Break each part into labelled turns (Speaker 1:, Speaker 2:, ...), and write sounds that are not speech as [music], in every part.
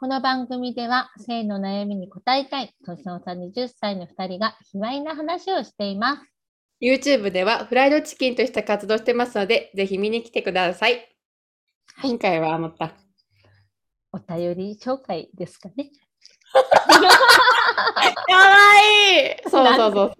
Speaker 1: この番組では性の悩みに答えたい年の差20歳の2人が卑猥な話をしています。
Speaker 2: YouTube ではフライドチキンとした活動してますので、ぜひ見に来てください。今回はまた。
Speaker 1: お便り紹介ですかね。 [laughs]
Speaker 2: かわいいそうそうそう。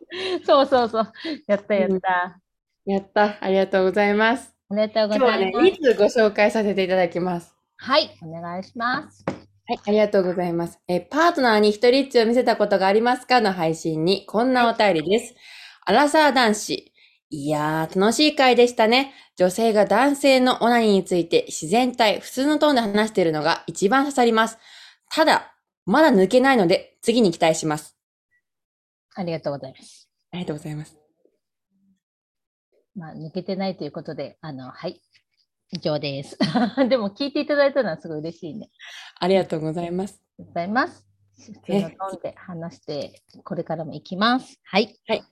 Speaker 1: そうそうそう。やったやった。
Speaker 2: やった。ありがとうございます。
Speaker 1: ありがとうご
Speaker 2: 今日は
Speaker 1: ざい
Speaker 2: ね、
Speaker 1: ます。
Speaker 2: 2通ご紹介させていただきます。
Speaker 1: はい、お願いします。
Speaker 2: はい、ありがとうございます。えーパートナーに一人っちを見せたことがありますかの配信に、こんなお便りです。アラサー男子。いやー、楽しい回でしたね。女性が男性のオナニーについて自然体、普通のトーンで話しているのが一番刺さります。ただ、まだ抜けないので、次に期待します。
Speaker 1: ありがとうございます。
Speaker 2: ありがとうございます。
Speaker 1: まあ、抜けてないということで、あの、はい、以上です。 [laughs] でも、聞いていただいたのはすごい嬉しいね。
Speaker 2: ありがとうございます。
Speaker 1: ありがとうございます。普通のトーンで話して、これからも行きます。はい、
Speaker 2: はい、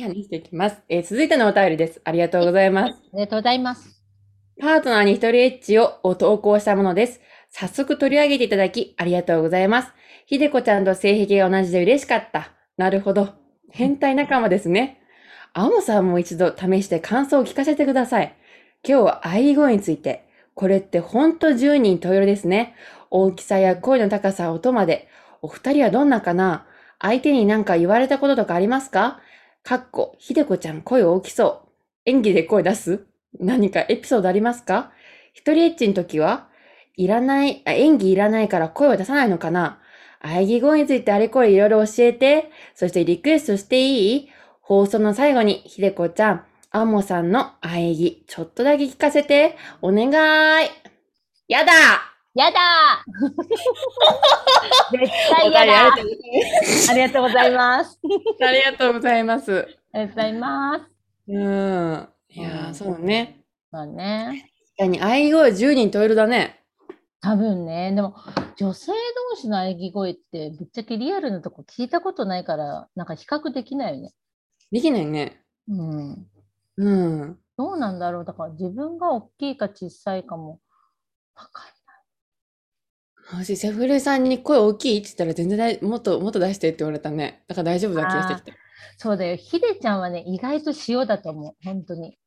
Speaker 2: 話していきます。えー続いてのお便りです。ありがとうございます。
Speaker 1: ありがとうございます。
Speaker 2: パートナーに一人エッチをを投稿したものです。早速取り上げていただきありがとうございます。ひでこちゃんと性癖が同じで嬉しかった。なるほど。変態仲間ですね。青野さんも一度試して感想を聞かせてください。今日は愛語について。これってほんと10人十色ですね。大きさや声の高さ、音まで。お二人はどんなかな相手に何か言われたこととかありますかかっこ、ひでこちゃん声大きそう。演技で声出す何かエピソードありますか一人エッチの時はいらない、あ演技いらないから声を出さないのかな喘ぎ声についてあれこれいろいろ教えて、そしてリクエストしていい放送の最後に、ひでこちゃん、アンモさんの喘ぎ、ちょっとだけ聞かせて、お願いやだ
Speaker 1: やだー [laughs] 絶
Speaker 2: お
Speaker 1: 対
Speaker 2: 便り
Speaker 1: やだ
Speaker 2: あ
Speaker 1: ーありがとうございます。
Speaker 2: りがとうございます。
Speaker 1: ありがとうございます。
Speaker 2: うん。いやー、そうね。
Speaker 1: まあね、
Speaker 2: 確かに、喘ぎ声10人十色だね。
Speaker 1: 多分ね、でも女性同士の喘ぎ声ってぶっちゃけリアルなとこ聞いたことないから、なんか比較できないよね。
Speaker 2: できないね。
Speaker 1: うん。
Speaker 2: うん。
Speaker 1: どうなんだろうだから自分が大きいか小さいかも。わか
Speaker 2: もしセフレさんに声大きいって言ったら全然だいもっともっと出してって言われたね。だから大丈夫だ気がしてきた。
Speaker 1: るそうだよ。ひでちゃんはね、意外と塩だと思う。本当に。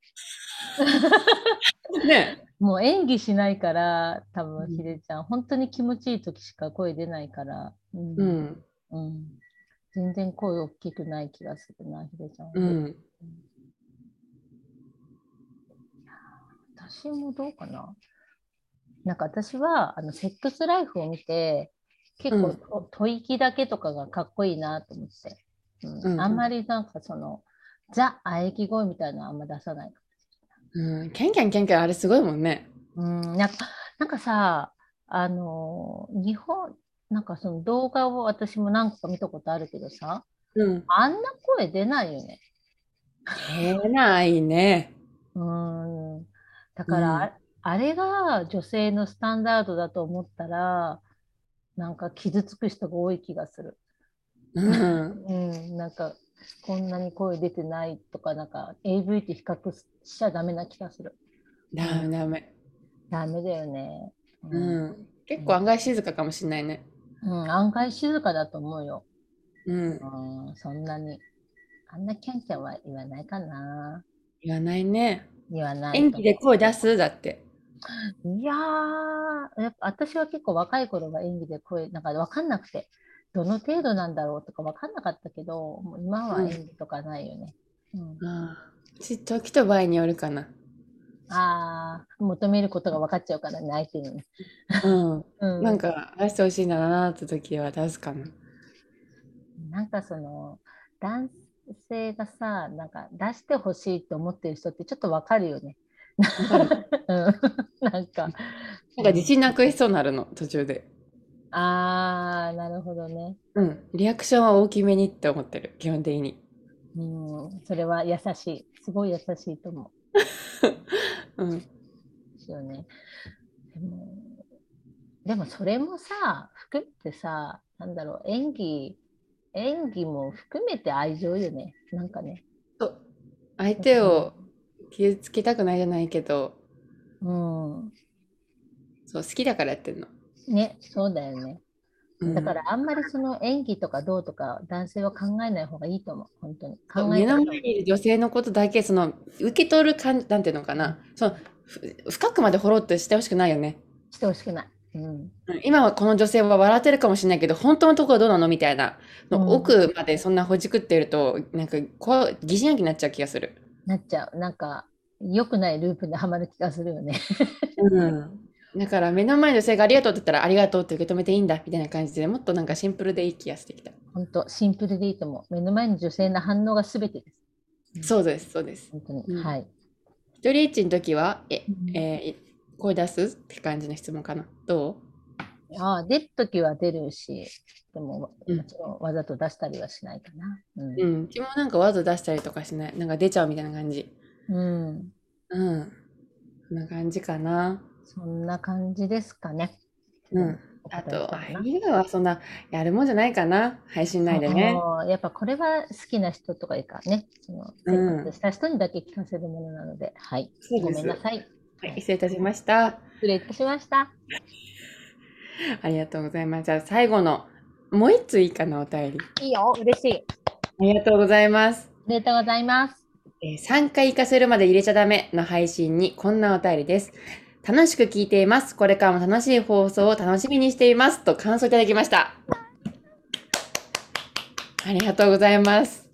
Speaker 2: ね
Speaker 1: もう演技しないから、多
Speaker 2: う
Speaker 1: 分
Speaker 2: ん
Speaker 1: ひでちゃん、本当に気持ちいい時しか声出ないから。うん
Speaker 2: うん。
Speaker 1: うん全然声大きくない気がするな、ひでちゃんは。
Speaker 2: うん。
Speaker 1: 私もどうかななんか私はあのセックスライフを見て結構
Speaker 2: うん
Speaker 1: と吐息だけとかがかっこいいなと思って、うん
Speaker 2: うんうん
Speaker 1: あんまりなんかそのザ喘ぎ声みたいなのあんま出さない
Speaker 2: うん。キャンキャンキャンキャンあれすごいもんね。
Speaker 1: うんなんかなんかさあのー日本なんかその動画を私も何個か見たことあるけどさ
Speaker 2: うん。
Speaker 1: あんな声出ないよね
Speaker 2: ええないね。
Speaker 1: うんだから、
Speaker 2: うん
Speaker 1: ああれが女性のスタンダードだと思ったら、なんか傷つく人が多い気がする。
Speaker 2: うん。
Speaker 1: うん、なんか、こんなに声出てないとか、なんか AV って比較しちゃダメな気がする。
Speaker 2: ダメダメ。
Speaker 1: ダメだよね。う、
Speaker 2: うんん。結構案外静かかもしれないね。
Speaker 1: うん案外静かだと思うよ。
Speaker 2: うん。
Speaker 1: うん、そんなに。あんなキャンキャンは言わないかな。
Speaker 2: 言わないね。
Speaker 1: 言わないと思
Speaker 2: 演
Speaker 1: う。
Speaker 2: 技で声出すだって。
Speaker 1: いやー、やっぱ私は結構若い頃は演技で声、なんか分かんなくて、どの程度なんだろうとか分かんなかったけど、もう今は演技とかないよね。うん
Speaker 2: うん。ち時と場合によるかな。
Speaker 1: あー、求めることが分かっちゃうからね、相手にね。
Speaker 2: うん。
Speaker 1: うん、
Speaker 2: なんか出してほしいんだなーって時は出すかな。
Speaker 1: なんかその、男性がさ、なんか出してほしいと思ってる人ってちょっと分かるよね。
Speaker 2: わか
Speaker 1: うん、 [laughs] なんか、
Speaker 2: なんか自信なくしそうになるの、途中で。
Speaker 1: あー、なるほどね。
Speaker 2: うん、リアクションは大きめにって思ってる、基本的に。
Speaker 1: うん、それは優しい。すごい優しいと思う。
Speaker 2: うん、
Speaker 1: ですよね。でも、でもそれもさ、含めてさ、なんだろう、演技、演技も含めて愛情よね。なんかね。
Speaker 2: そう相手を傷つけたくないじゃないけど、
Speaker 1: うん。
Speaker 2: そう好きだからやってんの。
Speaker 1: ね、そうだよね。
Speaker 2: うん
Speaker 1: だからあんまりその演技とかどうとか男性は考えない方がいいと思う、本当に。
Speaker 2: そ
Speaker 1: 考
Speaker 2: う目
Speaker 1: えた
Speaker 2: の
Speaker 1: ら
Speaker 2: 前にいる女性のことだけその受け取る感じなんていうのかなそのふ深くまで掘ろうとしてほしくないよね
Speaker 1: してほしくない。うん。
Speaker 2: うん今はこの女性は笑ってるかもしれないけど本当のところはどうなのみたいなの、
Speaker 1: うん
Speaker 2: 奥までそんなほじくってるとなんかこう疑心暗鬼になっちゃう気がする、
Speaker 1: なっちゃう。なんか、良くないループにはまる気がするよね。
Speaker 2: だから目の前の女性がありがとうって言ったらありがとうって受け止めていいんだみたいな感じでもっとなんかシンプルでいい気がしてきた、
Speaker 1: 本当シンプルでいいと思う。目の前の女性の反応が全てです。うん
Speaker 2: そうですそうです
Speaker 1: 本当に。
Speaker 2: うん
Speaker 1: はい。
Speaker 2: 一人エッチの時はえ、
Speaker 1: うん
Speaker 2: えー声出すって感じの質問かなど
Speaker 1: ああ、出るときは出るし、でも、
Speaker 2: うん
Speaker 1: もちろんわざと出したりはしないかな。
Speaker 2: ううんうちもなんかわざ出したりとかしないなんか出ちゃうみたいな感じ
Speaker 1: うん。うん。
Speaker 2: うんそんな感じかな
Speaker 1: そんな感じですかね。
Speaker 2: うん
Speaker 1: お答
Speaker 2: あ
Speaker 1: えした
Speaker 2: と
Speaker 1: かな、
Speaker 2: 映画はそんなやるもんじゃないかな、配信内でね。
Speaker 1: あのやっぱこれは好きな人とかいいからね、その
Speaker 2: うん
Speaker 1: 生活した人にだけ聞かせるものなので、はい、
Speaker 2: そう
Speaker 1: ご
Speaker 2: で
Speaker 1: め
Speaker 2: す
Speaker 1: んなさい。
Speaker 2: はい、失礼いたしました。
Speaker 1: 失礼いたしました。
Speaker 2: ありがとうございます。じゃあ最後の、もう一ついいかな、お便り。
Speaker 1: いいよ、嬉しい。
Speaker 2: ありがとうございます。
Speaker 1: おめでとうございます。
Speaker 2: えー3回行かせるまで入れちゃダメの配信にこんなお便りです。楽しく聞いています。これからも楽しい放送を楽しみにしています。と感想いただきました。ありがとうございます。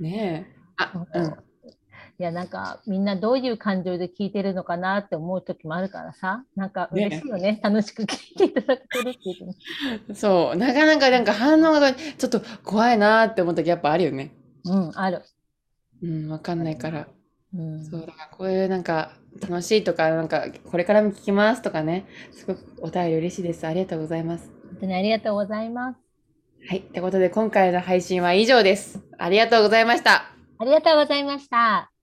Speaker 2: ねえ。あ、うん。
Speaker 1: いや、なんかみんなどういう感情で聞いてるのかなって思う時もあるからさ、なんか嬉しいよね、楽しく聞いていただけるっていうの。
Speaker 2: そう、なかなかなんか反応がちょっと怖いなーって思う時やっぱあるよね。
Speaker 1: うん、ある。
Speaker 2: うん、わかんないから。
Speaker 1: うん、
Speaker 2: そう、だからこういうなんか楽しいとか、なんかこれからも聞きますとかね、すごくお便り嬉しいです。ありがとうございます。
Speaker 1: 本当にありがとうございます。
Speaker 2: はい、ってことで今回の配信は以上です。ありがとうございました。
Speaker 1: ありがとうございました。